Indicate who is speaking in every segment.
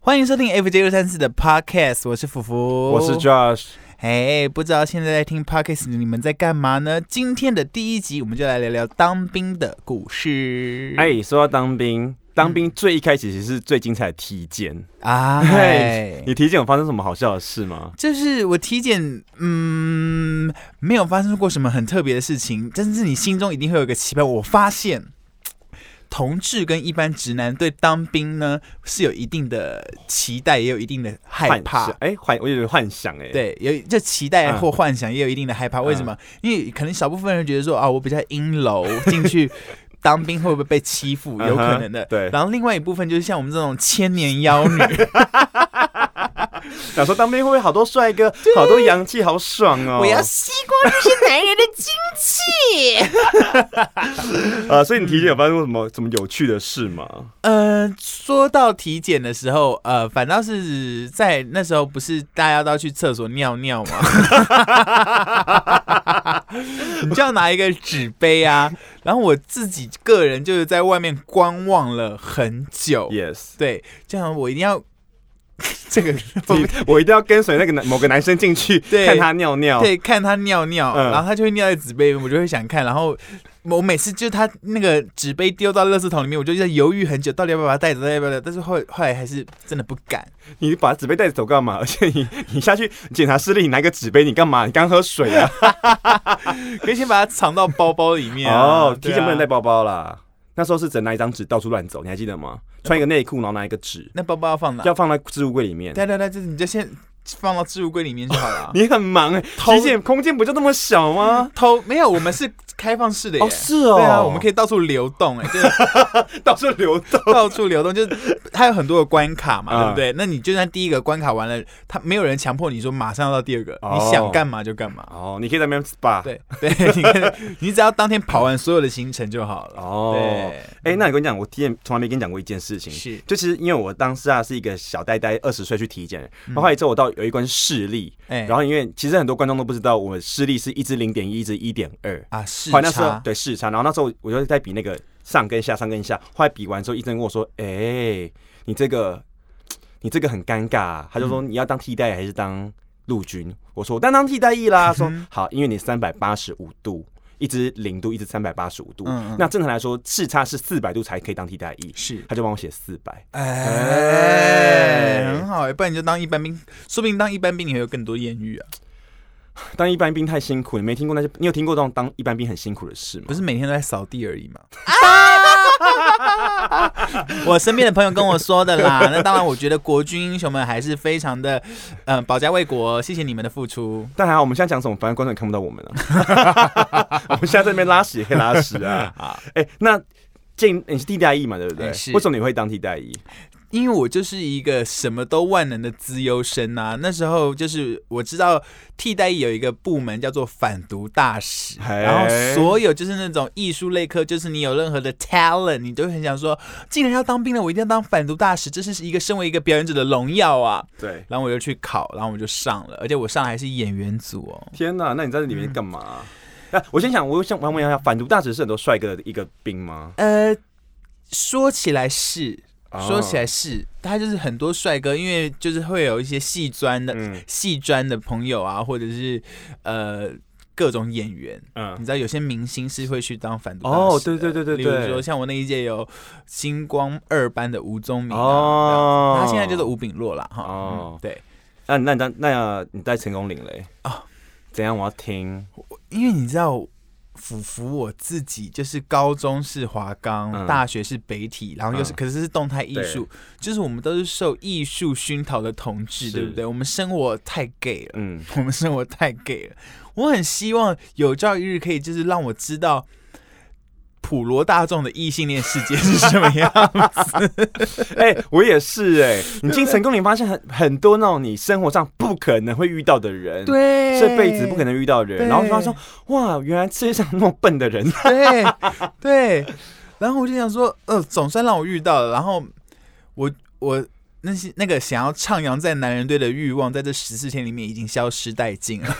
Speaker 1: 欢迎收听 FJ 二三四的 Podcast，我是福福，
Speaker 2: 我是 Josh，
Speaker 1: 哎，不知道现在在听 Podcast 的你们在干嘛呢？今天的第一集，我们就来聊聊当兵的故事。
Speaker 2: 哎，说到当兵，当兵最一开始其实是最精彩的体检。
Speaker 1: 啊，
Speaker 2: 嘿，你体检有发生什么好笑的事吗？
Speaker 1: 就是我体检，嗯，没有发生过什么很特别的事情，但是你心中一定会有一个期盼。我发现，同志跟一般直男对当兵呢是有一定的期待，也有一定的害怕。
Speaker 2: 幻想哎，幻，我有点幻想哎。，
Speaker 1: 对，有这期待或幻想，也有一定的害怕。为什
Speaker 2: 嗯
Speaker 1: 么？因为可能少部分人觉得说啊，我比较阴柔，进去 当兵会不会被欺负？有可能的。
Speaker 2: 嗯哼对
Speaker 1: 然后另外一部分就是像我们这种千年妖女，
Speaker 2: 想说当兵会不会好多帅哥，好多洋气，好爽 哦。
Speaker 1: 我要吸
Speaker 3: 光这些男人的精气。
Speaker 2: 啊，所以你体检有发生过什么什么有趣的事吗？
Speaker 1: 呃，说到体检的时候，呃，反倒是在那时候，不是大家都要去厕所尿尿吗？ 你就要拿一个纸杯啊，然后我自己个人就是在外面观望了很久
Speaker 2: Yes，
Speaker 1: 对，这样我一定要这个
Speaker 2: 你我一定要跟随那个男某个男生进去
Speaker 1: 对
Speaker 2: 看他尿尿。
Speaker 1: 对，看他尿尿，
Speaker 2: 嗯
Speaker 1: 然后他就会尿在纸杯里面，我就会想看。然后我每次就是他那个纸杯丢到垃圾桶里面，我就在犹豫很久，到底要不要把它带走，到底要不要带走。但是后后来还是真的不敢。
Speaker 2: 你把纸杯带走干嘛？而且你你下去检查室里，你拿个纸杯，你干嘛？你刚喝水啊？
Speaker 1: 可以先把它藏到包包里面、啊。
Speaker 2: 哦，体
Speaker 1: 对啊
Speaker 2: 检不能带包包啦。那时候是只能拿一张纸到处乱走，你还记得吗？穿一个内裤，然后拿一个纸，
Speaker 1: 那包包要放哪？
Speaker 2: 要放在置物柜里面。。
Speaker 1: 对对对，就是你就先放到置物柜里面就好了
Speaker 2: 你很忙哎、
Speaker 1: 偷
Speaker 2: 体检空间不就那么小吗？
Speaker 1: 偷没有，我们是开放式的耶。
Speaker 2: 哦，是哦，
Speaker 1: 对啊，我们可
Speaker 2: 以
Speaker 1: 以到处流动，哎，就是
Speaker 2: 到处流动。
Speaker 1: 到处流动，就是它有很多的关卡嘛，
Speaker 2: 嗯
Speaker 1: 对不对？那你就算第一个关卡完了，他没有人强迫你说马上要到第二个，
Speaker 2: 哦
Speaker 1: 你想干嘛就干嘛。
Speaker 2: 哦，你可以在那边 SPA。，
Speaker 1: 对 对，你看，你只要当天跑完所有的行程就好了。
Speaker 2: 哦，
Speaker 1: 对，
Speaker 2: 哎、那我跟你讲，我体检从来没跟你讲过一件事情，
Speaker 1: 是
Speaker 2: 就其实因为我当时啊是一个小呆呆，二十岁去体检，
Speaker 1: 嗯
Speaker 2: 然后后来之后我到有一关视力，
Speaker 1: 哎，
Speaker 2: 然后因为其实很多观众都不知道，我视力是一支零点一，一支一点二。
Speaker 1: 啊，视
Speaker 2: 后来那时候
Speaker 1: 差，
Speaker 2: 对视差，然后那时候我就在比那个上跟下，上跟下。后来比完之后，医生跟我说：“哎、你这个，你这个很尴尬啊。”他就说：“
Speaker 1: 嗯
Speaker 2: 你要当替代役还是当陆军？”我说：“我当当替代役啦。”他
Speaker 1: 嗯
Speaker 2: 说：“好，因为你三百八十五度，一直零度，一直三百八十五度。
Speaker 1: 嗯嗯
Speaker 2: 那正常来说，视差是四百度才可以当替代役。”
Speaker 1: 是，
Speaker 2: 他就帮我写四百。
Speaker 1: 哎，
Speaker 2: 哎
Speaker 1: 很好哎，不然你就当一般兵，说不定当一般兵你会有更多艳遇啊。
Speaker 2: 当一般兵太辛苦，你没听过那些？你有听过这种当一般兵很辛苦的事吗？
Speaker 1: 不是每天都在扫地而已嘛。 我身边的朋友跟我说的啦。那当然，我觉得国军英雄们还是非常的，嗯、保家卫国，谢谢你们的付出。
Speaker 2: 但还好，我们现在讲什么，反正观众也看不到我们 了。我们现在在那边拉屎也可以拉屎 啊。哎、那进你是替代役嘛，对不对？
Speaker 1: 哎是
Speaker 2: 为什么你会当替代役？
Speaker 1: 因为我就是一个什么都万能的资优生啊。那时候就是我知道替代役有一个部门叫做反毒大使，
Speaker 2: 嘿
Speaker 1: 然后所有就是那种艺术类科，就是你有任何的 talent，你都会很想说，既然要当兵了，我一定要当反毒大使，这是一个身为一个表演者的荣耀啊。
Speaker 2: 对，
Speaker 1: 然后我就去考，然后我就上了，而且我上还是演员组哦。
Speaker 2: 天哪，那你在这里面干嘛、啊？
Speaker 1: 嗯
Speaker 2: 我先想，我想我想问一下，反毒大使是很多帅哥的一个兵吗？
Speaker 1: 呃，说起来是，
Speaker 2: 哦
Speaker 1: 说起来是，他就是很多帅哥，因为就是会有一些戏专的、
Speaker 2: 嗯
Speaker 1: 戏专的朋友啊，或者是呃各种演员。
Speaker 2: 嗯
Speaker 1: 你知道有些明星是会去当反毒大使
Speaker 2: 哦
Speaker 1: 的
Speaker 2: 对对对对
Speaker 1: 例
Speaker 2: 对
Speaker 1: 如说像我那一届有星光二班的吴宗明、啊，
Speaker 2: 哦
Speaker 1: 他现在就是吴炳洛啦，哈，
Speaker 2: 哦
Speaker 1: 嗯对，
Speaker 2: 那那那那你在成功岭嘞？
Speaker 1: 啊
Speaker 2: 啊，怎样？我要听。
Speaker 1: 因为你知道，仿佛我自己就是高中是华冈，
Speaker 2: 嗯
Speaker 1: 大学是北体，然后又是、
Speaker 2: 嗯
Speaker 1: 可是是动态艺术，就是我们都是受艺术熏陶的同志，
Speaker 2: 是
Speaker 1: 对不对？我们生活太 gay 了，
Speaker 2: 嗯，
Speaker 1: 我们生活太 gay 了。我很希望有朝一日可以就是让我知道。普罗大众的异性恋世界是什么样？
Speaker 2: 哎、我也是哎、你进成功岭发现很很多那种你生活上不可能会遇到的人。。
Speaker 1: 对
Speaker 2: 这辈子不可能遇到的
Speaker 1: 对
Speaker 2: 人，然后他说：“哇，原来世界上有那么笨的人。
Speaker 1: 对对，然后我就想说，呃，总算让我遇到了。然后我我那些那个想要徜徉在男人堆的欲望，在这十四天里面已经消失殆尽了。”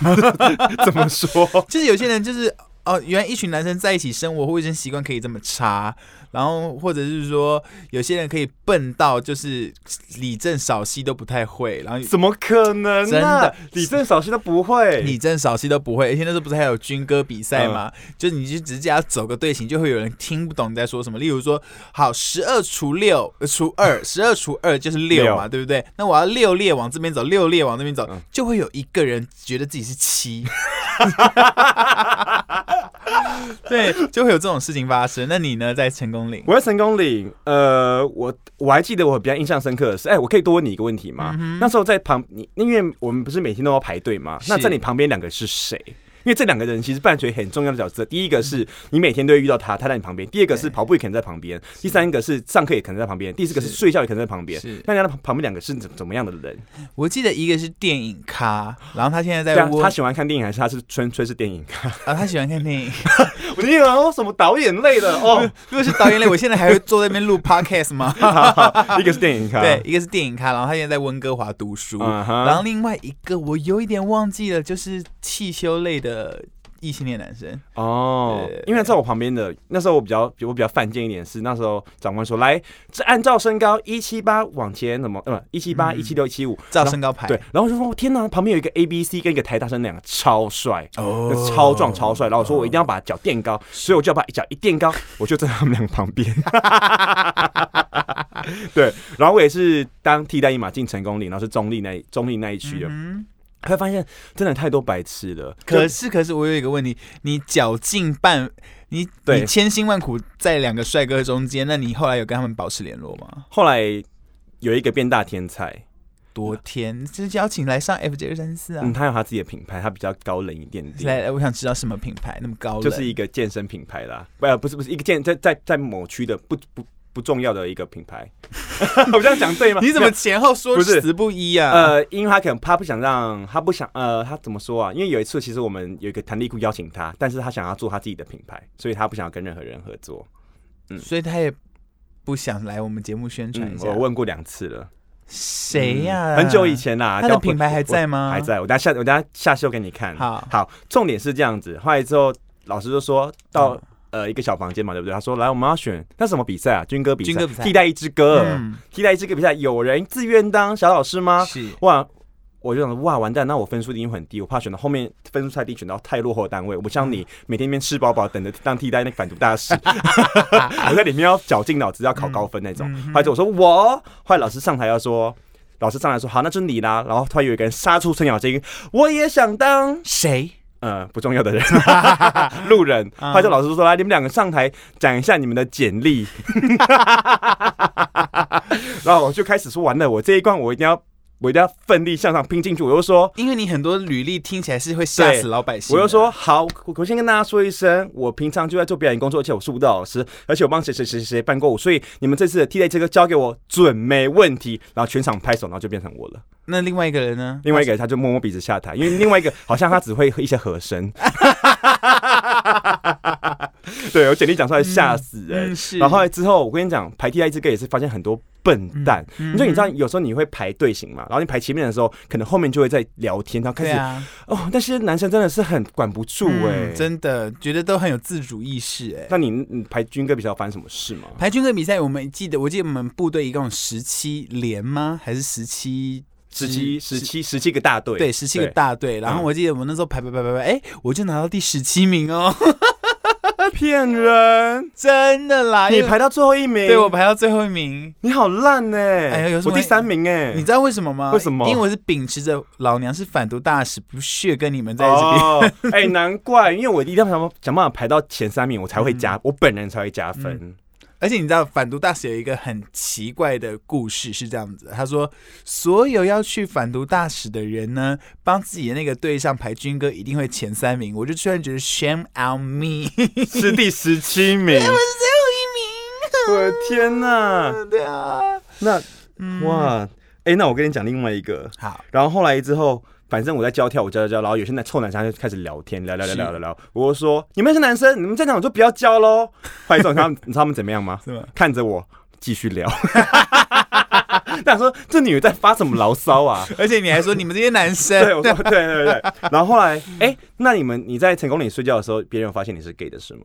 Speaker 2: 怎么说？
Speaker 1: 就是有些人就是。哦，原来一群男生在一起生活卫生习惯可以这么差，然后或者是说有些人可以笨到就是理正少西都不太会，然后
Speaker 2: 怎么可能、啊？
Speaker 1: 真的，
Speaker 2: 李正少熙都不会。
Speaker 1: 理正少西都不会。而且那时候不是还有军歌比赛吗？
Speaker 2: 嗯
Speaker 1: 就是你就直接要走个队形，就会有人听不懂你在说什么。例如说，好，十二除六呃除二，十二除二就是六嘛，
Speaker 2: 六
Speaker 1: 对不对？那我要六列往这边走，六列往那边走
Speaker 2: 嗯，
Speaker 1: 就会有一个人觉得自己是 七。对，就会有这种事情发生。那你呢，在成功岭？
Speaker 2: 我在成功岭，呃，我我还记得我比较印象深刻的是，哎、我可以多问你一个问题
Speaker 1: 嗯
Speaker 2: 吗？那时候在旁，你因为我们不是每天都要排队吗？
Speaker 1: 是
Speaker 2: 那在你旁边两个是谁？因为这两个人其实扮演很重要的角色。第一个是你每天都会遇到他，他在你旁边；第二个是跑步也可能在旁边；第三个是上课也可能在旁边；第四个是
Speaker 1: 是
Speaker 2: 睡觉也可能在旁边
Speaker 1: 是。
Speaker 2: 那你的旁边两个是怎怎么样的人？
Speaker 1: 我记得一个是电影咖，然后他现在
Speaker 2: 对
Speaker 1: 在
Speaker 2: 啊，
Speaker 1: 窝
Speaker 2: 他喜欢看电影还是他是纯粹是电影？
Speaker 1: 啊，他喜欢看电影。
Speaker 2: 我听哦，什么导演类的 哦，
Speaker 1: 如果是导演类，我现在还会坐在那边录 podcast 吗？
Speaker 2: 一个是电影咖，
Speaker 1: 对，，一个是电影咖，然后他现在在温哥华读书，
Speaker 2: 嗯
Speaker 1: 然
Speaker 2: 哼，
Speaker 1: 后另外一个我有一点忘记了，就是汽修类的异性恋男生。
Speaker 2: 哦
Speaker 1: 对，
Speaker 2: 因为在我旁边的那时候我比较我比较犯贱一点是那时候长官说来，这按照身高一七八往前什么呃一七八一七六一七五，
Speaker 1: 照身高排，
Speaker 2: 对，然后我就说我天哪，旁边有一个 A B C 跟一个台大生两个超帅。
Speaker 1: 哦
Speaker 2: 超壮超帅，然后我说我一定要把脚垫高，所以我就要把脚一垫高，我就站在他们两个旁边。 对，然后我也是当替代一马进成功岭，然后是中立那一中立那一区的，
Speaker 1: 嗯
Speaker 2: 会发现真的太多白痴了。
Speaker 1: 可
Speaker 2: 就是
Speaker 1: 可是我有一个问题，你绞尽办，你
Speaker 2: 对
Speaker 1: 你千辛万苦在两个帅哥中间，那你后来有跟他们保持联络吗？
Speaker 2: 后来有一个变大天才，
Speaker 1: 多天，就是邀请来上 FJ 二三四啊
Speaker 2: 嗯，。他有他自己的品牌，他比较高冷一点
Speaker 1: 来
Speaker 2: 点，
Speaker 1: 来，我想知道什么品牌那么高冷
Speaker 2: 就是一个健身品牌啦，不呃不是不是一个健在在在某区的不不不重要的一个品牌， 我这样讲对吗？
Speaker 1: 你怎么前后说
Speaker 2: 不是
Speaker 1: 词不一啊？
Speaker 2: 呃，因为他可能他不想让他不想呃，他怎么说啊？因为有一次，其实我们有一个弹力裤邀请他，但是他想要做他自己的品牌，所以他不想要跟任何人合作。
Speaker 1: 所以他也不想来我们节目宣传
Speaker 2: 嗯
Speaker 1: 一，下。
Speaker 2: 我问过两次了，
Speaker 1: 谁呀、
Speaker 2: 嗯很久以。前啦，
Speaker 1: 他的
Speaker 2: 叫
Speaker 1: 品牌还在
Speaker 2: 我
Speaker 1: 吗？
Speaker 2: 还。在，我等下下我等下下秀给你看。
Speaker 1: 好
Speaker 2: 好，重点是这样子。后来之后，老师就说到、
Speaker 1: 嗯
Speaker 2: 呃一个小房间嘛，对不对？他说来，我们要选那什么比赛啊？军歌比赛，
Speaker 1: 军歌比赛
Speaker 2: 替代一支歌，
Speaker 1: 嗯，
Speaker 2: 替代一支歌比赛，有人自愿当小老师吗？
Speaker 1: 是
Speaker 2: 哇！我就想，哇，完蛋！那我分数一定会很低，我怕选到后面分数太低，选到太落后的单位。我不像
Speaker 1: 嗯
Speaker 2: 你每天面吃饱饱，等着当替代那个反毒 大师，我在里面要绞尽脑汁要考高分那种。
Speaker 1: 嗯
Speaker 2: 后来就我说我，后来老师上台要说，老师上来说好，那就是你啦。然后突然有一个人杀出程咬金，我也想当
Speaker 1: 谁？
Speaker 2: 呃不重要的人，路人。
Speaker 1: 嗯
Speaker 2: 后来就老师说来，你们两个上台讲一下你们的简历。 然后我就开始说完了，我这一关我一定要。我一定要奋力向上，拼进去。我就说，
Speaker 1: 因为你很多履历听起来是会啊吓死老百姓。
Speaker 2: 我就，说好，我我先跟大家说一声，我平常就在做表演工作，而且我是舞蹈老师，而且我帮谁谁谁谁谁办过舞，所以你们这次的替代这个交给我准没问题。然后全场拍手，然后就变成我了。
Speaker 1: 那另外一个人呢？
Speaker 2: 另外一个他就摸摸鼻子下台，因为另外一个好像他只会一些和声。 对我简历讲出来吓死人、
Speaker 1: 嗯是
Speaker 2: 然后后来之后，我跟你讲，排替代这个也是发现很多笨蛋。
Speaker 1: 嗯
Speaker 2: 你说你知道，有时候你会排队形嘛，然后你排前面的时候，可能后面就会在聊天，然后开
Speaker 1: 对
Speaker 2: 始、
Speaker 1: 啊，
Speaker 2: 哦，那些男生真的是很管不住哎、
Speaker 1: 嗯真的觉得都很有自主意识哎。
Speaker 2: 那你你排军歌比较发生什么事吗？
Speaker 1: 排军歌比赛，我们记得，我记得我们部队一共有十七连吗？还是十七
Speaker 2: 十七十七十七个大队，
Speaker 1: 对，十七个
Speaker 2: 对
Speaker 1: 大队。然后
Speaker 2: 嗯
Speaker 1: 我记得我那时候排排排排排，哎，我就拿到第十七名哦，
Speaker 2: 骗人！
Speaker 1: 真的啦！
Speaker 2: 你
Speaker 1: 因为
Speaker 2: 排到最后一名，
Speaker 1: 对我排到最后一名，
Speaker 2: 你好烂呢、欸
Speaker 1: 哎呀有什
Speaker 2: 我
Speaker 1: 么
Speaker 2: 第三名哎、
Speaker 1: 你知道为什么吗？
Speaker 2: 为什么
Speaker 1: 因为我是秉持着老娘是反毒大使，不屑跟你们在这边。
Speaker 2: 哦，哎、难怪，因为我一定要想想办法排到前三名，我才会加，我本人才会加分。
Speaker 1: 而且你知道反毒大使有一个很奇怪的故事是这样子的，他说所有要去反毒大使的人呢，帮自己的那个队上排军歌一定会前三名，我就突然觉得 shame on me，
Speaker 2: 是第十七名，
Speaker 1: 最
Speaker 2: 我的天哪、
Speaker 1: 后一名。对啊，
Speaker 2: 那、哇，哎、那我跟你讲另外一个，
Speaker 1: 好，
Speaker 2: 然后后来之后。反正我在教跳，我教教教，然后有些那臭男生他就开始聊天，聊聊聊
Speaker 1: 是
Speaker 2: 聊聊聊。我就说你们是男生，你们在场我就不要教 喽。后来之后，你知道他们你知道他们怎么样吗？
Speaker 1: 是吗？
Speaker 2: 看着我继续聊，但说这女的在发什么牢骚啊？
Speaker 1: 而且你还说你们这些男
Speaker 2: 对，
Speaker 1: 生
Speaker 2: 我，说对对对。然后后来，哎、那你们你在成功岭睡觉的时候，别人有发现你是 gay 的是吗？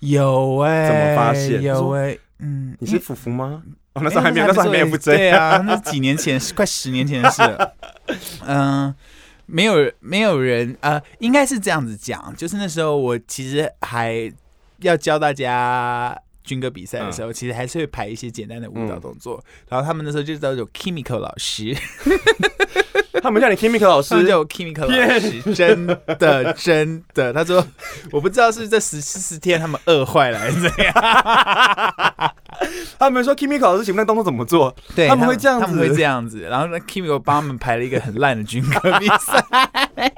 Speaker 1: 有哎、
Speaker 2: 怎么发现
Speaker 1: 有哎、嗯，因
Speaker 2: 你是
Speaker 1: 为
Speaker 2: 福福吗？
Speaker 1: 哎
Speaker 2: 哦，那
Speaker 1: 那
Speaker 2: 时候还没有，那时候还没有不
Speaker 1: 真。
Speaker 2: 真。
Speaker 1: 对啊，那是几年前，是快十年前的事 了。嗯、没有没有人呃，应该是这样子讲，就是那时候我其实还要教大家。军歌比赛的时
Speaker 2: 嗯
Speaker 1: 候，其实还是会排一些简单的舞蹈动作，然后他们那时候就叫做 Kimiko 老师，
Speaker 2: 他们叫你 Kimiko 老
Speaker 1: 他们
Speaker 2: 师，
Speaker 1: 叫我 Kimiko 老师，真的真的，他说我不知道是这十四天他们饿坏了还是怎样，
Speaker 2: 他们说 Kimiko 老师，请问那动作怎么做？
Speaker 1: 对
Speaker 2: 他们会这样子
Speaker 1: 他们会这样子。然后呢，Kimiko 帮他们排了一个很烂的军歌比赛，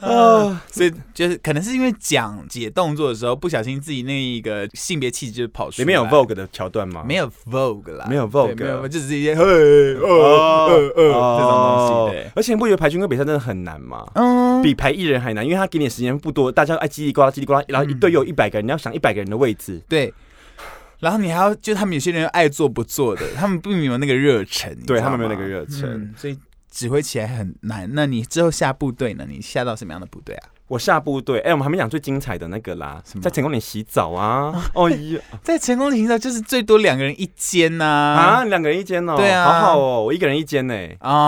Speaker 2: 啊，
Speaker 1: 所以就是可能是因为讲解动作的时候不小心自己那一个性别气质就跑出
Speaker 2: 里
Speaker 1: 来，
Speaker 2: 面有 Vogue 的桥段吗？
Speaker 1: 没有 Vogue 啦，
Speaker 2: 没有 Vogue 啊
Speaker 1: 对没有，就只是一些嘿呃呃呃这种东西，对，
Speaker 2: 哦而且你不觉得排军歌比赛真的很难吗？
Speaker 1: 嗯，
Speaker 2: 比排艺人还难，因为他给你的时间不多，大家爱叽里呱啦叽里呱啦，然后一队又有一百个人，你要想一百个人的位置，
Speaker 1: 对。然后你还要，就他们有些人爱做不做的，他们并没有那个热忱，你
Speaker 2: 对
Speaker 1: 知道
Speaker 2: 他们没有那
Speaker 1: 吗
Speaker 2: 个热忱。
Speaker 1: 嗯，所以指挥起来很难。那你之后下部队呢？你下到什么样的部队啊？
Speaker 2: 我下部队，哎，我们还没讲最精彩的那个啦
Speaker 1: 什，么
Speaker 2: 在成功岭洗澡 啊，哦呀
Speaker 1: 在成功营造就是最多两个人一间呐、
Speaker 2: 啊，两个人一间哦，
Speaker 1: 对啊
Speaker 2: 好好哦，我一个人一间呢。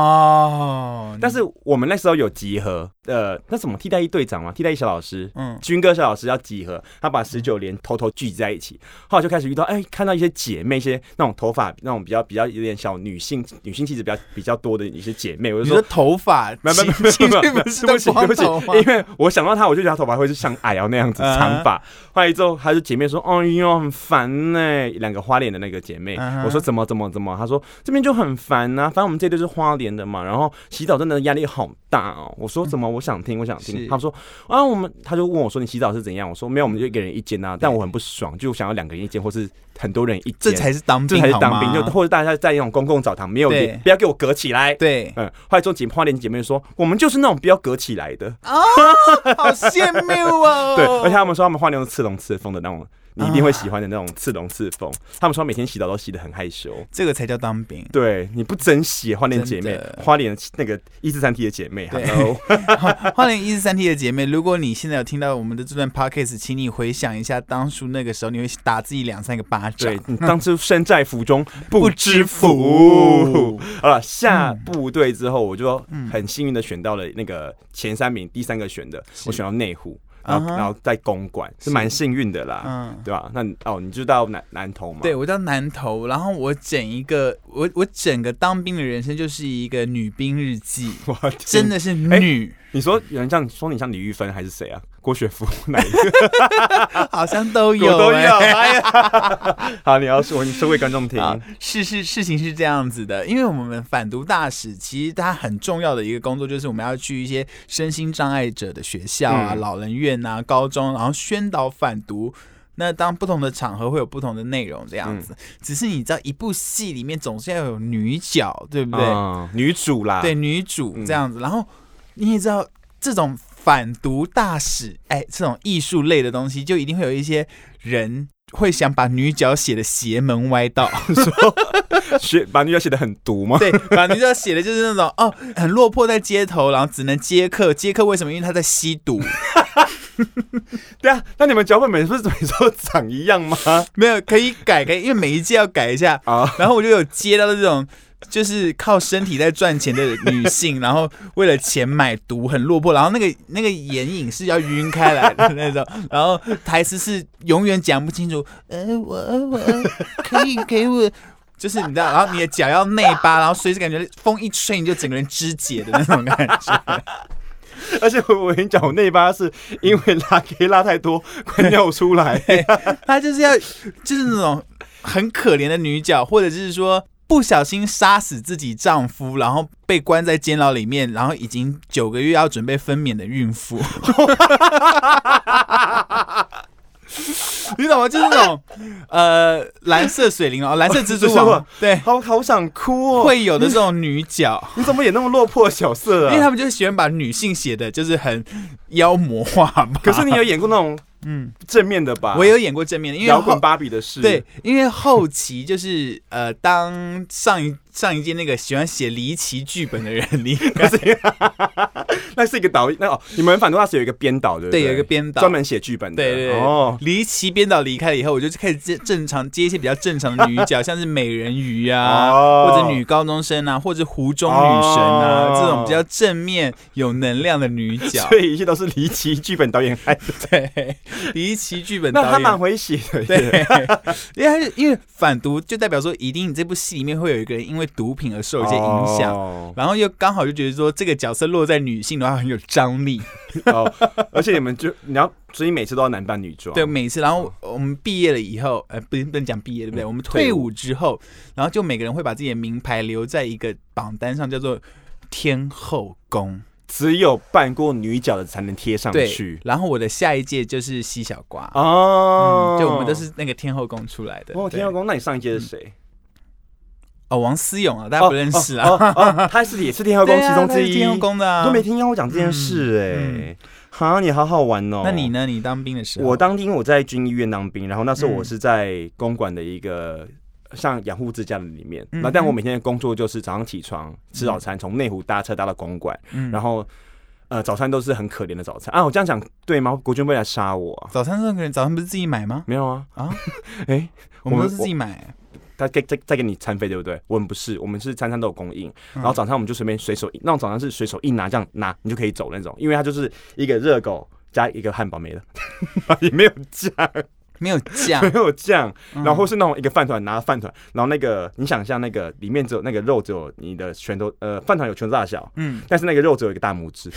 Speaker 1: 哦，
Speaker 2: 但是我们那时候有集合，呃，那什么替代役队长嘛，替代役小老师，
Speaker 1: 嗯，
Speaker 2: 军哥小老师要集合，他把十九连偷偷聚集在一起，后来就开始遇到，哎、看到一些姐妹，一些那种头发那种比较比较有点小女性女性气质比较比较多的一些姐妹，我
Speaker 1: 你
Speaker 2: 就说
Speaker 1: 说。头发，
Speaker 2: 没有没有
Speaker 1: 其
Speaker 2: 没有
Speaker 1: 其
Speaker 2: 没
Speaker 1: 实不
Speaker 2: 有没有，
Speaker 1: 哎是
Speaker 2: 对不起
Speaker 1: 都
Speaker 2: 对
Speaker 1: 光
Speaker 2: 不起
Speaker 1: 头吗？，
Speaker 2: 因为我想到她，我就觉得她头发会是像矮哦瑶那样子
Speaker 1: 嗯
Speaker 2: 长发。后来之后，她就姐妹说：“哎呦，很烦呢、两个花脸的那个姐妹，
Speaker 1: 嗯哼
Speaker 2: 我说：“怎么怎么怎么？”她说：“这边就很烦啊呐、反正我们这队是花脸的嘛。”然后洗澡真的压力好大哦。我说：“怎么？我想听，我想听。
Speaker 1: 是”
Speaker 2: 她说：“啊，我们。”她就问我说：“你洗澡是怎样？”我说：“没有，我们就一个人一间啊。”但我很不爽，就想要两个人一间，或是很多人一间，
Speaker 1: 这才是当
Speaker 2: 这
Speaker 1: 兵，
Speaker 2: 才是
Speaker 1: 好
Speaker 2: 当兵，
Speaker 1: 吗
Speaker 2: 就或者大家在那种公共澡堂没有
Speaker 1: 对
Speaker 2: 连，不要给我隔起来。，
Speaker 1: 对
Speaker 2: 嗯，后来之后姐花莲姐妹说，我们就是那种不要隔起来的，
Speaker 1: 好羡慕 哦。
Speaker 2: 对，而且他们说他们花莲都是刺龙刺凤的那种，你一定会喜欢的那种刺龙刺凤。他们说每天洗澡都洗得很害羞，
Speaker 1: 这个才叫当 兵。
Speaker 2: 对，你不珍惜花莲姐
Speaker 1: 真
Speaker 2: 妹
Speaker 1: 的，
Speaker 2: 花莲那个一四三 T 的姐妹
Speaker 1: 对
Speaker 2: ，Hello，
Speaker 1: 花莲一十三 T 的姐妹，如果你现在有听到我们的这段 podcast，请你回想一下当初那个时候，你会打自己两三个巴掌
Speaker 2: 对，。你当初身在福中不
Speaker 1: 不
Speaker 2: 知
Speaker 1: 知
Speaker 2: 福
Speaker 1: 福。
Speaker 2: 好了，下部队之后，我就很幸运的选到了那个前三名，第三个选的，我选到内湖，然
Speaker 1: 嗯
Speaker 2: 后
Speaker 1: 哼
Speaker 2: 然后在公馆，是蛮幸运的啦。
Speaker 1: 嗯，
Speaker 2: 对吧？那你哦，你就到南南投嘛？
Speaker 1: 对，我到南投，然后我整一个我我整个当兵的人生就是一个女兵日记，
Speaker 2: 我的天
Speaker 1: 真哎的是女，
Speaker 2: 你说有人像说你像李玉芬还是谁啊？郭雪芙哪一个？
Speaker 1: 好像啊都
Speaker 2: 我
Speaker 1: 有、
Speaker 2: 都
Speaker 1: 欸
Speaker 2: 要。哎呀， 好，你要说，你说给观众听。
Speaker 1: 啊，是是，事情是这样子的，因为我们反毒大使其实它很重要的一个工作就是我们要去一些身心障碍者的学校啊、
Speaker 2: 嗯
Speaker 1: 老人院啊、高中，然后宣导反毒。那当不同的场合会有不同的内容，这样
Speaker 2: 嗯
Speaker 1: 子。只是你知道，一部戏里面总是要有女角，对不对？
Speaker 2: 嗯女主啦，
Speaker 1: 对，女主
Speaker 2: 嗯
Speaker 1: 这样子。然后你也知道，这种反毒大使，哎，这种艺术类的东西，就一定会有一些人会想把女角写的邪门歪道，
Speaker 2: 写把女主写的很毒吗？
Speaker 1: 对，把女角写的就是那种哦，很落魄在街头，然后只能接客，接客为什么？因为她在吸毒，
Speaker 2: 对啊，那你们脚本每次每次都长一 样吗？
Speaker 1: 没有可以改，可以，因为每一届要改一下。
Speaker 2: 啊，
Speaker 1: 然后我就有接到这种。就是靠身体在赚钱的女性，然后为了钱买毒，很落魄，然后那个那个眼影是要晕开来的那种，然后台词是永远讲不清楚。呃，我我可以给我，就是你知道，然后你的脚要内八，然后随时感觉风一吹你就整个人肢解的那种感觉。
Speaker 2: 而且我我跟你讲，我内八是因为拉 K 拉太多，快尿 出来。
Speaker 1: 她就是要 就是那种很可怜的女角，或者就是说。不小心杀死自己丈夫，然后被关在监牢里面，然后已经九个月要准备分娩的孕妇， 你懂吗？就是那种 呃蓝色水灵哦，蓝色蜘蛛
Speaker 2: 我知道
Speaker 1: 网
Speaker 2: 了，
Speaker 1: 对，
Speaker 2: 好好想哭哦！
Speaker 1: 会有的这种女角。
Speaker 2: 你怎么演那么落魄的角色
Speaker 1: 因为
Speaker 2: 啊？
Speaker 1: 他们就喜欢把女性写的，就是很妖魔化吧。
Speaker 2: 可是你有演过那种
Speaker 1: 嗯，
Speaker 2: 正面的吧？
Speaker 1: 我有演过正面的，因为
Speaker 2: 摇滚
Speaker 1: 后
Speaker 2: 芭比的事，
Speaker 1: 对，，因为后期就是呃，当上一上一届那个喜欢写离奇剧本的人 离开，
Speaker 2: 那是一个导演，那哦，你们反动大是有一个编导的，
Speaker 1: 对，有一个编导
Speaker 2: 专门写剧本的，
Speaker 1: 对对对
Speaker 2: 哦，
Speaker 1: 离奇编导离开了以后，我就开始接正常接一些比较正常的女 角，像是美人鱼啊，
Speaker 2: 哦
Speaker 1: 或者女高中生啊，或者湖中女神啊，
Speaker 2: 哦
Speaker 1: 这种比较正面有能量的女角
Speaker 2: 所。以一切都是离奇剧本导演害的，
Speaker 1: 对，离奇剧本
Speaker 2: 那
Speaker 1: 导
Speaker 2: 他蛮
Speaker 1: 演。
Speaker 2: 会写的，
Speaker 1: 对，因为他是因为反毒就代表说，一定你这部戏里面会有一个人因为毒品而受一些影响，
Speaker 2: 哦
Speaker 1: 然后又刚好就觉得说这个角色落在女性的话很有张力，
Speaker 2: 哦，而且你们就你要，所以每次都要男扮女装，
Speaker 1: 对，每次，然后我们毕业了以后，呃，不是不能讲毕业，对不对？
Speaker 2: 嗯
Speaker 1: 我们退
Speaker 2: 退
Speaker 1: 伍之后，然后就每个人会把自己的名牌留在一个榜单上，叫做天后宫。
Speaker 2: 只有扮过女角的才能贴上
Speaker 1: 对
Speaker 2: 去，
Speaker 1: 然后我的下一届就是西小瓜，
Speaker 2: 哦
Speaker 1: 嗯，就我们都是那个天后宫出来的。
Speaker 2: 哦，
Speaker 1: 对
Speaker 2: 天后宫，那你上一届是谁？
Speaker 1: 哦，王思勇啊，大家不认识啊，
Speaker 2: 哦，哦哦他是也是天后 宫
Speaker 1: 对啊
Speaker 2: 其中
Speaker 1: 他是
Speaker 2: 之一，
Speaker 1: 天后宫的啊，
Speaker 2: 都没。听到我讲这件事
Speaker 1: 嗯
Speaker 2: 哎。哈，你好好玩哦。
Speaker 1: 那你？呢？你当兵的时候，
Speaker 2: 我当兵，我在军医院当兵，然后那时候
Speaker 1: 嗯
Speaker 2: 我是在公馆的一个像养护之家的里面，
Speaker 1: 嗯
Speaker 2: 那但我每天的工作就是早上起床吃早餐，从内湖搭车搭到公馆，
Speaker 1: 嗯，
Speaker 2: 然后呃早餐都是很可怜的早餐啊。我这样讲对吗？国军会来杀我啊？
Speaker 1: 早餐那个人早上不是自己买吗？
Speaker 2: 没有啊
Speaker 1: 啊
Speaker 2: 啊，哎，
Speaker 1: 我们
Speaker 2: 我
Speaker 1: 都
Speaker 2: 们
Speaker 1: 是自己买。
Speaker 2: 他给再再给你餐费对不对？我们不是，我们是餐餐都有供应，
Speaker 1: 嗯
Speaker 2: 然后早餐我们就随便随手一，那种早餐是随手一拿这样拿你就可以走那种，因为它就是一个热狗加一个汉堡没了， 也没有酱，
Speaker 1: 没有酱
Speaker 2: 没，有酱，
Speaker 1: 嗯
Speaker 2: 然后是那种一个饭团拿饭团，然后那个你想象那个里面只有那个肉只有你的拳头，呃，饭团有拳头大小，
Speaker 1: 嗯
Speaker 2: 但是那个肉只有一个大拇 指，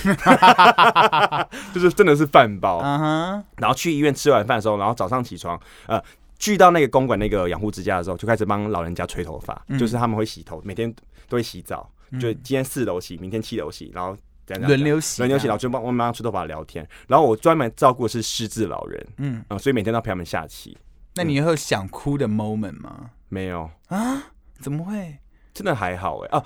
Speaker 2: 就是真的是饭包，
Speaker 1: 嗯哼，
Speaker 2: 然后去医院吃完饭的时候，然后早上起床，呃，聚到那个公馆那个养护之家的时候，就开始帮老人家吹头发，
Speaker 1: 嗯
Speaker 2: 就是他们会洗头，每天都会洗澡，
Speaker 1: 嗯
Speaker 2: 就今天四楼洗，明天七楼洗，然后这样这样
Speaker 1: 轮流洗，
Speaker 2: 轮流洗，然后就帮我妈妈吹头发聊天，然后我专门照顾的是失智老人，
Speaker 1: 嗯。
Speaker 2: 嗯、所以每天都要陪他们下棋，
Speaker 1: 那你有想哭的 moment 吗？
Speaker 2: 没有，
Speaker 1: 啊？怎么会？
Speaker 2: 真的还好哎、哦，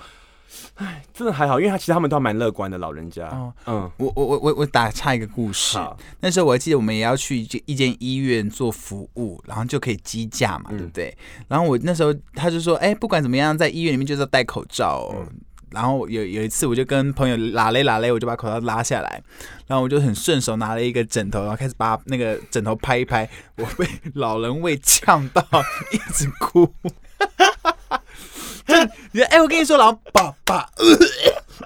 Speaker 2: 哎，真的还好，因为他其实他们都还蛮乐观的老人家，
Speaker 1: 哦
Speaker 2: 嗯，
Speaker 1: 我我我我我打岔一个故事。
Speaker 2: 好，
Speaker 1: 那时候我还记得我们也要去一间一间医院做服务，然后就可以积价嘛，
Speaker 2: 嗯
Speaker 1: 对不对？然后我那时候他就说，哎、不管怎么样，在医院里面就是要戴口罩、哦。然后有有一次，我就跟朋友拉嘞拉嘞，我就把口罩拉下来，然后我就很顺手拿了一个枕头，然后开始把那个枕头拍一拍，我被 老人味呛到，一直哭。 就你说哎、我跟你说，老爸爸，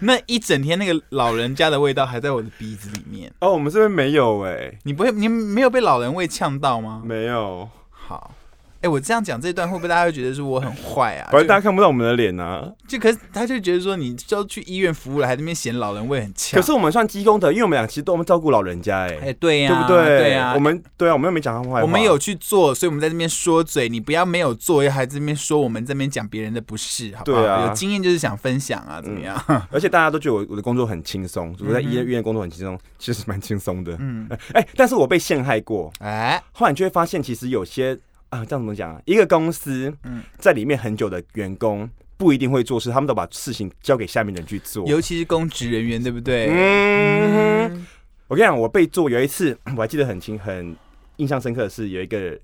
Speaker 1: 那一整天那个老人家的味道还在我的鼻子里面。
Speaker 2: 哦，我们这边没有哎、
Speaker 1: 你不会，你没有被老人味呛到吗？
Speaker 2: 没有，
Speaker 1: 好，哎、我这样讲这段会不会大家会觉得说我很坏啊？
Speaker 2: 反正大
Speaker 1: 就
Speaker 2: 家看不到我们的脸啊。
Speaker 1: 就可是他就觉得说你就去医院服务了，还在那边嫌老人味很呛。
Speaker 2: 可是我们算积功德，因为我们俩其实都我们照顾老人家、哎、
Speaker 1: 哎、对呀、
Speaker 2: 对不对？
Speaker 1: 对呀、
Speaker 2: 我们对啊，我们又没讲他们坏话，
Speaker 1: 我们有去做，所以我们在这边说嘴，你不要没有做，又还在那边说我们这边讲别人的不是，好不好？
Speaker 2: 对啊
Speaker 1: 有经验就是想分享啊，怎么样？
Speaker 2: 而且大家都觉得我我的工作很轻松，我在医
Speaker 1: 嗯
Speaker 2: 院
Speaker 1: 哼
Speaker 2: 医院工作很轻松，其实蛮轻松的。
Speaker 1: 嗯，
Speaker 2: 哎、但是我被陷害过，
Speaker 1: 哎、
Speaker 2: 后来你就会发现，其实有些啊，这样怎么讲啊？一个公司
Speaker 1: 嗯
Speaker 2: 在里面很久的员工不一定会做事，他们都把事情交给下面的人去做。
Speaker 1: 尤其是公职人员，对不对？
Speaker 2: 嗯，
Speaker 1: 嗯，
Speaker 2: 我跟你讲，我被做有一次， 我还记得很清，很印象深刻的是有一个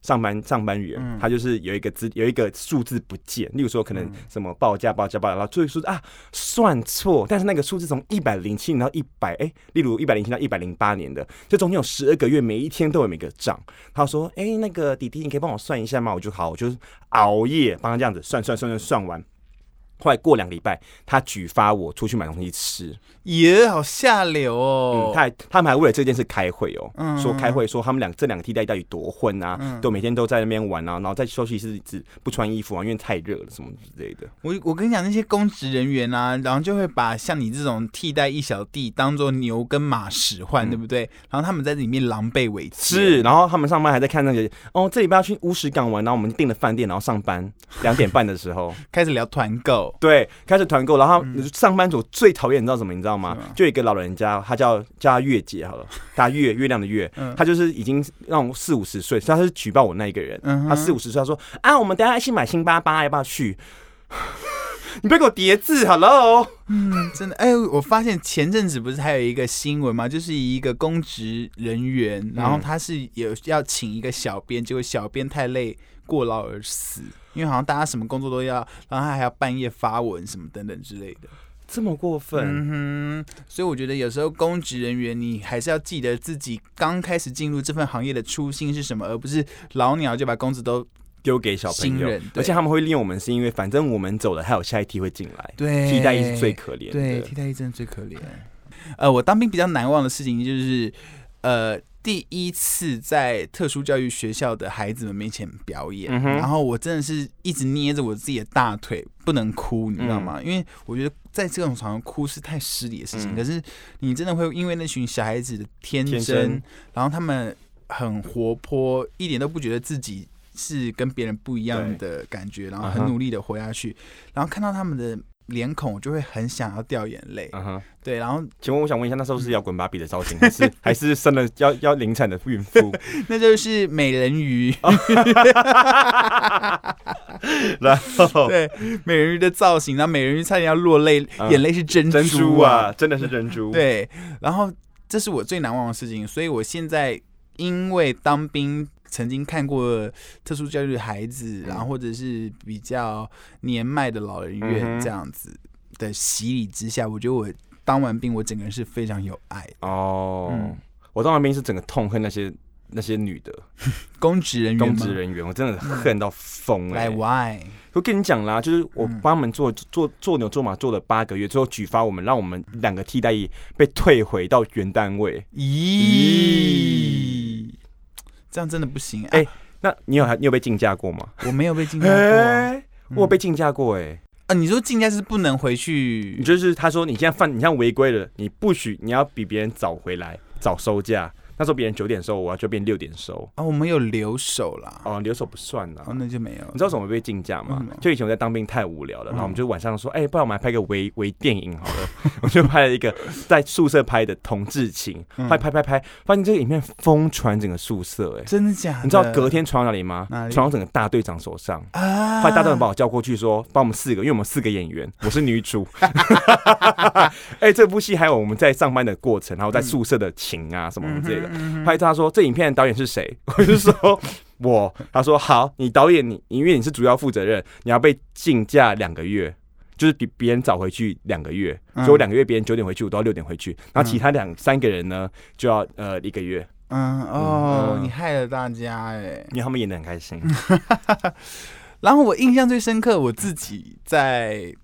Speaker 2: 上班上班员，
Speaker 1: 嗯
Speaker 2: 他就是有一个资有一个数字不见，例如说可能
Speaker 1: 嗯
Speaker 2: 什么报价报价报价，然后最后数字啊算错，但是那个数字从一百零七年到一百，哎，例如一百零七到一百零八年的，这中间有十二个月，每一天都有每个账。他说：“哎、那个弟弟，你可以帮我算一下吗？”我就好，我就是熬夜帮他这样子算算算算算完。后来过两个礼拜，他举发我出去买东西吃，
Speaker 1: 也好下流哦
Speaker 2: 嗯，。他还他们还为了这件事开会哦，
Speaker 1: 嗯
Speaker 2: 说开会说他们两这两个替代到底多混啊，
Speaker 1: 嗯
Speaker 2: 都每天都在那边玩啊，然后在休息室只不穿衣服啊，因为太热了什么之类的。
Speaker 1: 我我跟你讲，那些公职人员啊，然后就会把像你这种替代一小弟当做牛跟马使唤，
Speaker 2: 嗯
Speaker 1: 对不对？然后他们在里面狼狈为奸，
Speaker 2: 是，然后他们上班还在看那个哦，这礼拜要去乌石港玩，然后我们订了饭店，然后 上班两点半的时候，
Speaker 1: 开始聊团购，
Speaker 2: 对，开始团购，然后他
Speaker 1: 嗯
Speaker 2: 上班族最讨厌你知道什么？你知道吗
Speaker 1: 什么？
Speaker 2: 就有一个老人家，他叫叫他月姐好了，大月月亮的月
Speaker 1: 嗯，
Speaker 2: 他就是已经那种四五十岁，所以他是举报我那一个人，
Speaker 1: 嗯哼
Speaker 2: 他四五十岁，他说啊，我们等一下一起买星巴巴，要不要去？ 你不要给我叠字，Hello。
Speaker 1: 嗯，真的，哎、我发现前阵子不是还有一个新闻嘛，就是一个公职人员，然后
Speaker 2: 嗯
Speaker 1: 他是有要请一个小编，结果小编太累过劳而死，因为好像大家什么工作都要，然后他还要半夜发文什么等等之类的。
Speaker 2: 这么过分？
Speaker 1: 嗯哼，所以我觉得有时候公职人员，你还是要记得自己刚开始进入这份行业的初心是什么，而不是老鸟就把工资都
Speaker 2: 丢给小朋
Speaker 1: 新
Speaker 2: 友
Speaker 1: 人，对
Speaker 2: 而且他们会利用我们，是因为反正我们走了，还有下一梯会进来，
Speaker 1: 对
Speaker 2: 替代役是最可怜
Speaker 1: 对，
Speaker 2: 的
Speaker 1: 替。代役真的最可怜。呃，我当兵比较难忘的事情就是，呃，第一次在特殊教育学校的孩子们面前表演，
Speaker 2: 嗯哼
Speaker 1: 然后我真的是一直捏着我自己的大腿不能哭，你知道吗？因为我觉得在这种场合哭是太失礼的事情，
Speaker 2: 嗯
Speaker 1: 可是你真的会因为那群小孩子的天真，
Speaker 2: 天真
Speaker 1: 然后他们很活泼，一点都不觉得自己。是跟别人不一样的感觉，然后很
Speaker 2: 嗯哼
Speaker 1: 努力的活下去，然后看到他们的脸孔，我就会很想要掉眼泪。
Speaker 2: 嗯哼，
Speaker 1: 对，然后
Speaker 2: 请问我想问一下，那时候
Speaker 1: 嗯
Speaker 2: 是摇滚芭比的造型，还是还是生了要要临产的孕妇？
Speaker 1: 那就是美人鱼，
Speaker 2: 哦然后
Speaker 1: 对，美人鱼的造型，然后美人鱼差点要落泪，
Speaker 2: 嗯
Speaker 1: 眼泪是珍珠
Speaker 2: 珍珠啊，真的是珍珠。，
Speaker 1: 对，然后这是我最难忘的事情，所以我现在因为当兵。曾经看过特殊教育的孩子，然后或者是比较年迈的老人
Speaker 2: 嗯
Speaker 1: 院
Speaker 2: 哼
Speaker 1: 这样子的洗礼之下，我觉得我当完兵，我整个人是非常有爱的。
Speaker 2: 哦
Speaker 1: 嗯，
Speaker 2: 我当完兵是整个痛恨那些那些女的
Speaker 1: 公职人员
Speaker 2: 公
Speaker 1: 吗，嗯
Speaker 2: 职人员，我真的恨到疯哎
Speaker 1: 来。why？
Speaker 2: 我跟你讲啦，就是我
Speaker 1: 嗯
Speaker 2: 帮他们做做做牛做马做了八个月，最后举发我们，让我们两个替代役被退回到原单位。
Speaker 1: 咦，这样真的不行哎、
Speaker 2: 哎那你有你有被竞价过吗？
Speaker 1: 我没有被禁驾过啊、
Speaker 2: 哎，我有被竞价过哎、
Speaker 1: 啊！你说禁驾是不能回去
Speaker 2: 你，就是他说你现在犯，你现在违规了，你不许你要比别人早回来，早收假。那时候别人九点收，我要就变六点收。
Speaker 1: 啊，我们有留守啦，哦，
Speaker 2: 哦，留守不算啦。
Speaker 1: 那就没有。
Speaker 2: 你知道为什么被竞价
Speaker 1: 为
Speaker 2: 吗
Speaker 1: 什么？
Speaker 2: 就以前我在当兵太无聊了，然后我们
Speaker 1: 嗯
Speaker 2: 就晚上说，哎、不然我们来拍个微微电影好了。我就拍了一个在宿舍拍的同志情，
Speaker 1: 嗯
Speaker 2: 拍拍拍拍，发现这个影片疯传整个宿舍、哎，
Speaker 1: 真的假的？
Speaker 2: 你知道隔天传到哪里吗？
Speaker 1: 哪里
Speaker 2: 传到整个大队长手上。
Speaker 1: 啊，
Speaker 2: 后来大队长把我叫过去说，帮我们四个，因为我们四个演员，我是女主。 哎、这部戏还有我们在上班的过程，然后在宿舍的情啊什么什么之类的。
Speaker 1: 嗯嗯哼
Speaker 2: 拍他说这影片的导演是谁？ 我就说我。他说好，你导演你，因为你是主要负责人，你要被禁驾两个月，就是比别人早回去两个月。
Speaker 1: 嗯
Speaker 2: 所以我两个月别人九点回去，我都要六点回去。然后其他两三个人呢，就要呃一个月。
Speaker 1: 嗯哦，
Speaker 2: 嗯
Speaker 1: 你害了大家哎、
Speaker 2: 因为他们演的很 开心。
Speaker 1: 然后我印象最深刻，我自己在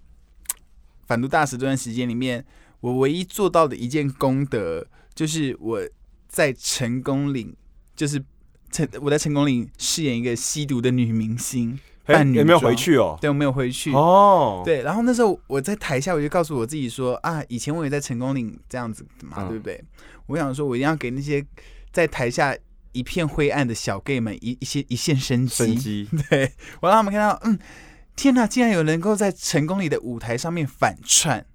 Speaker 1: 反毒大使这段时间里面，我唯一做到的一件功德，就是我在成功岭，就是成我在成功岭饰演一个吸毒的女明星，
Speaker 2: 哎，
Speaker 1: 扮女
Speaker 2: 有没有
Speaker 1: 装
Speaker 2: 回 去哦？
Speaker 1: 对我没有回去。
Speaker 2: 哦，
Speaker 1: 对，然后那时候我在台下，我就告诉我自己说啊，以前我也在成功岭这样子嘛，
Speaker 2: 嗯
Speaker 1: 对不对？我想说，我一定要给那些在台下一片灰暗的小 gay 们一一些一线生机。
Speaker 2: 生机。
Speaker 1: 对我让他们看到，嗯，天哪，竟然有能够在成功里的舞台上面反串，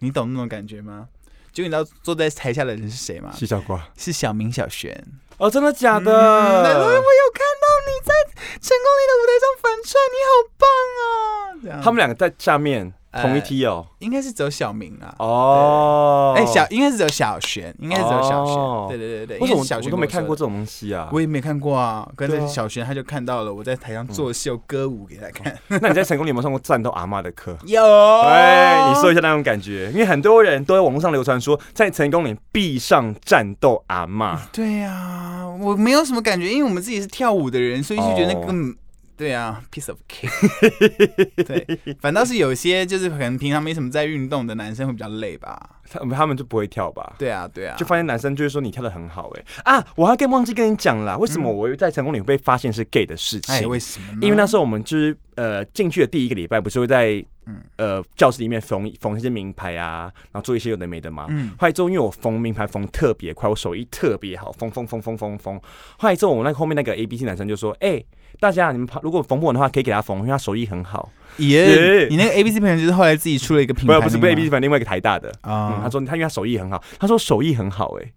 Speaker 1: 你懂那种感觉吗？结果你知道坐在台下的人是谁吗？
Speaker 2: 西小瓜
Speaker 1: 是小明、小璇。
Speaker 2: 哦，真的假的？
Speaker 1: 嗯难怪我有看到你在成功里的舞台上反串，你好棒啊！这样
Speaker 2: 他们两个在下面
Speaker 1: 呃
Speaker 2: 同一梯哦。
Speaker 1: 应该是只有小明啊。
Speaker 2: 哦，
Speaker 1: 哎、小应该是只有小璇，应该是只有小璇。
Speaker 2: 哦
Speaker 1: 对对对对，
Speaker 2: 为什
Speaker 1: 因
Speaker 2: 么
Speaker 1: 小
Speaker 2: 我
Speaker 1: 璇
Speaker 2: 都
Speaker 1: 跟
Speaker 2: 没
Speaker 1: 说
Speaker 2: 看过
Speaker 1: 的
Speaker 2: 这种东西啊？
Speaker 1: 我也没看过啊。可
Speaker 2: 对
Speaker 1: 是
Speaker 2: 啊
Speaker 1: 小璇他就看到了我在台上作秀、
Speaker 2: 嗯
Speaker 1: 歌舞给他看。
Speaker 2: 那你在成功里有没有上过战斗阿嬷的 课？
Speaker 1: 有，
Speaker 2: 哎，
Speaker 1: 哦
Speaker 2: 你说一下那种感觉，因为很多人都在网络上流传说，在成功里必上战斗阿嬷。
Speaker 1: 对呀、我没有什么感觉，因为我们自己是跳舞的人，所以就觉得那
Speaker 2: 哦
Speaker 1: 根本。对啊，piece of cake。对， 反倒是有些就是可能平常没什么在运动的男生会比较累吧。
Speaker 2: 他他们就不会跳吧？
Speaker 1: 对啊，对啊，
Speaker 2: 就发现男生就是说你跳的很好哎、啊！我还更忘记跟你讲啦，为什么我在成功里被发现是 gay 的事情？
Speaker 1: 嗯哎，为什么呢？
Speaker 2: 因为那时候我们就是呃进去的第一个礼拜，不是会在
Speaker 1: 嗯
Speaker 2: 呃教室里面缝缝一些名牌啊，然后做一些有的没的嘛。
Speaker 1: 嗯
Speaker 2: 后来之后，因为我缝名牌缝特别快，我手艺特别好，缝缝缝缝缝缝。后来之后，我那个后面那个 A B C 男生就说：“哎、大家你们怕如果缝不稳的话，可以给他缝，因为他手艺很好。
Speaker 1: 耶
Speaker 2: 耶，
Speaker 1: 你那个 A B C 朋友就是后来自己出了一个”品
Speaker 2: 不
Speaker 1: 牌
Speaker 2: 是
Speaker 1: 名吗，
Speaker 2: 嗯不是不是 A B C，反正另外一个台大的。
Speaker 1: 啊
Speaker 2: 嗯，他说他因为他手艺很好，他说手艺很好哎、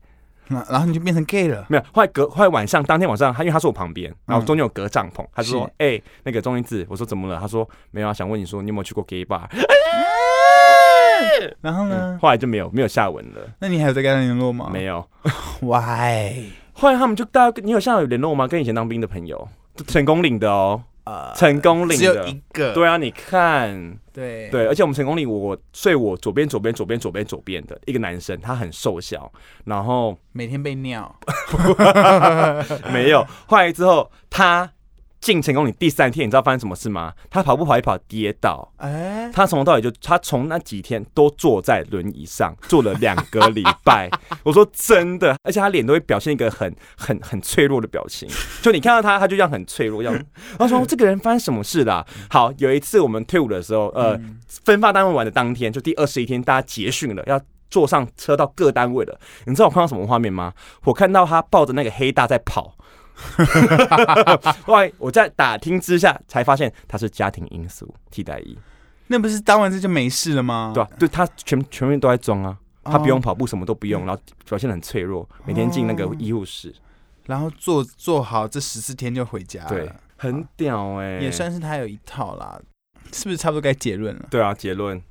Speaker 1: 然然后你就变成 gay 了。
Speaker 2: 没有，后来隔后来晚上，当天晚上，他因为他坐我旁边，然后中间有隔帐篷，他就说
Speaker 1: 嗯是：“
Speaker 2: 哎、那个钟英志，我说怎么了？”他说：“没有啊，想问你说你有没有去过 gay bar？”
Speaker 1: 然后呢？
Speaker 2: 后来就没有没有下文了，
Speaker 1: 那你还有在跟他联络吗？
Speaker 2: 嗯没有。
Speaker 1: Why？
Speaker 2: 后来他们就大家，你有现在有联络吗？跟以前当兵的朋友，成功领的哦，
Speaker 1: 呃，
Speaker 2: 成功领
Speaker 1: 只有
Speaker 2: 的
Speaker 1: 一。个。哎
Speaker 2: 对啊，你看，
Speaker 1: 对
Speaker 2: 对，而且我们成功领我睡我左边左边左边左边左边的一个男生，他很瘦小，然 后
Speaker 1: 每天被尿。
Speaker 2: 没有。后来之后，他进成功岭第三天，你知道发生什么事吗？他跑步跑一跑跌倒，
Speaker 1: 哎、
Speaker 2: 他从头到尾就他从那几天都坐在轮椅上，坐了两个礼拜。我说真的，而且他脸都会表现一个很很很脆弱的表情，就你看到他，他就这样很脆弱，这样。然后说这个人发生什么事啦、好，有一次我们退伍的时候，呃，分发单位完的当天，就第二十一天，大家结训了，要。坐上车到各单位了，你知道我看到什么画面吗？我看到他抱着那个黑大在跑，后来我在打听之下才发现他是家庭因素替代役。
Speaker 1: 那不是当完这就没事了吗？
Speaker 2: 对啊，对他全全面都在装啊，
Speaker 1: 哦嗯
Speaker 2: 他不用跑步，什么都不用，然后表现得很脆弱，每天进那个
Speaker 1: 哦
Speaker 2: 医务室，
Speaker 1: 然后做做好这十四天就回家了，
Speaker 2: 对，很屌哎、
Speaker 1: 啊也算是他有一套啦，是不是差不多该结论了？
Speaker 2: 对啊，结论，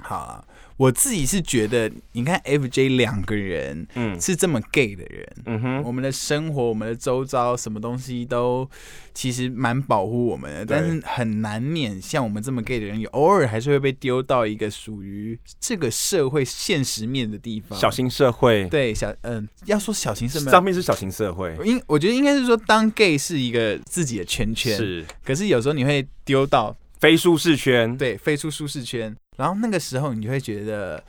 Speaker 1: 好啦，我自己是觉得，你看 FJ 两个人
Speaker 2: 嗯
Speaker 1: 是这么 gay 的人，
Speaker 2: 嗯
Speaker 1: 我
Speaker 2: 哼，
Speaker 1: 们的生活、我们的周遭什么东西都其实蛮保护我们的，
Speaker 2: 对
Speaker 1: 但是很难免像我们这么 gay 的人，有偶尔还是会被丢到一个属于这个社会现实面的地方。
Speaker 2: 小型社会，
Speaker 1: 对小嗯、要说小型是没
Speaker 2: 上
Speaker 1: 有。
Speaker 2: 面是小型社会，
Speaker 1: 应我觉得应该是说，当 gay 是一个自己的圈圈，
Speaker 2: 是
Speaker 1: 可是有时候你会丢到
Speaker 2: 非舒适圈，
Speaker 1: 对飞出舒适圈，然后那个时候你就会觉得，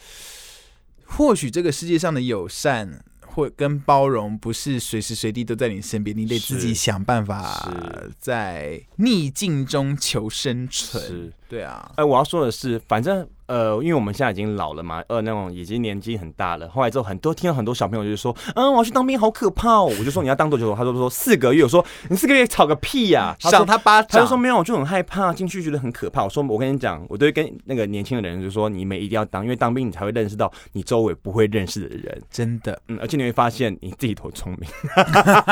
Speaker 1: 或许这个世界上的友善或跟包容不是随时随地都在你身边，你得自己
Speaker 2: 是
Speaker 1: 想办法
Speaker 2: 是
Speaker 1: 在逆境中求生存。
Speaker 2: 是。
Speaker 1: 对啊，
Speaker 2: 哎、我要说的是，反正呃，因为我们现在已经老了嘛，呃，那种已经年纪很大了。后来之后，很多听到很多小朋友就说，嗯，我要去当兵，好可怕哦。我就说你要当多久？他就说四个月。我说你四个月吵个屁呀、他
Speaker 1: 赏
Speaker 2: 说
Speaker 1: 他巴
Speaker 2: 他
Speaker 1: 掌
Speaker 2: 就说。没有，我就很害怕进去，觉得很可怕。我说我跟你讲，我都会跟那个年轻的人就说，你们一定要当，因为当兵你才会认识到你周围不会认识的人，
Speaker 1: 真的，
Speaker 2: 嗯，而且你会发现你自己多聪明。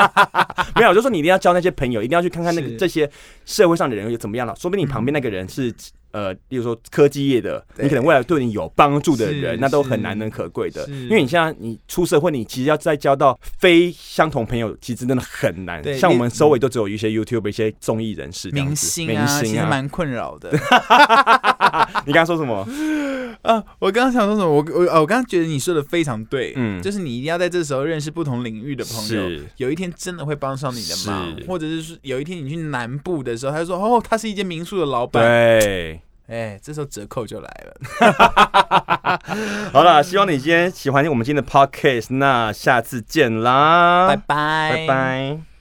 Speaker 2: 没有，我就说你一定要交那些朋友，一定要去看看那个
Speaker 1: 是嗯
Speaker 2: 这些社会上的人又怎么样了，说不定你旁边那个人是。呃，例如说科技业的，
Speaker 1: 对
Speaker 2: 你可能未来对你有帮助的人
Speaker 1: 是，
Speaker 2: 那都很难能可贵的。
Speaker 1: 是
Speaker 2: 因为你现在你出社会，你其实要再交到非相同朋友，其实真的很难。
Speaker 1: 对
Speaker 2: 像我
Speaker 1: 你
Speaker 2: 们周围都只有一些 YouTube、一些综艺人士这样
Speaker 1: 明
Speaker 2: 子、
Speaker 1: 星
Speaker 2: 明
Speaker 1: 啊，其
Speaker 2: 星
Speaker 1: 实
Speaker 2: 啊，
Speaker 1: 蛮困扰的
Speaker 2: 你刚刚说 什么？
Speaker 1: 啊！我刚刚想说什么？我我哦我刚刚觉得你说的非常对，
Speaker 2: 嗯
Speaker 1: 就是你一定要在这时候认识不同领域的朋友，
Speaker 2: 是
Speaker 1: 有一天真的会帮上你的忙，
Speaker 2: 是
Speaker 1: 或者是说有一天你去南部的时候，他就说哦，他是一间民宿的老板，
Speaker 2: 对，
Speaker 1: 哎，这时候折扣就来了。
Speaker 2: 好了，希望你今天喜欢我们今天的 Podcast，那下次见啦，
Speaker 1: 拜拜，
Speaker 2: 啊拜。拜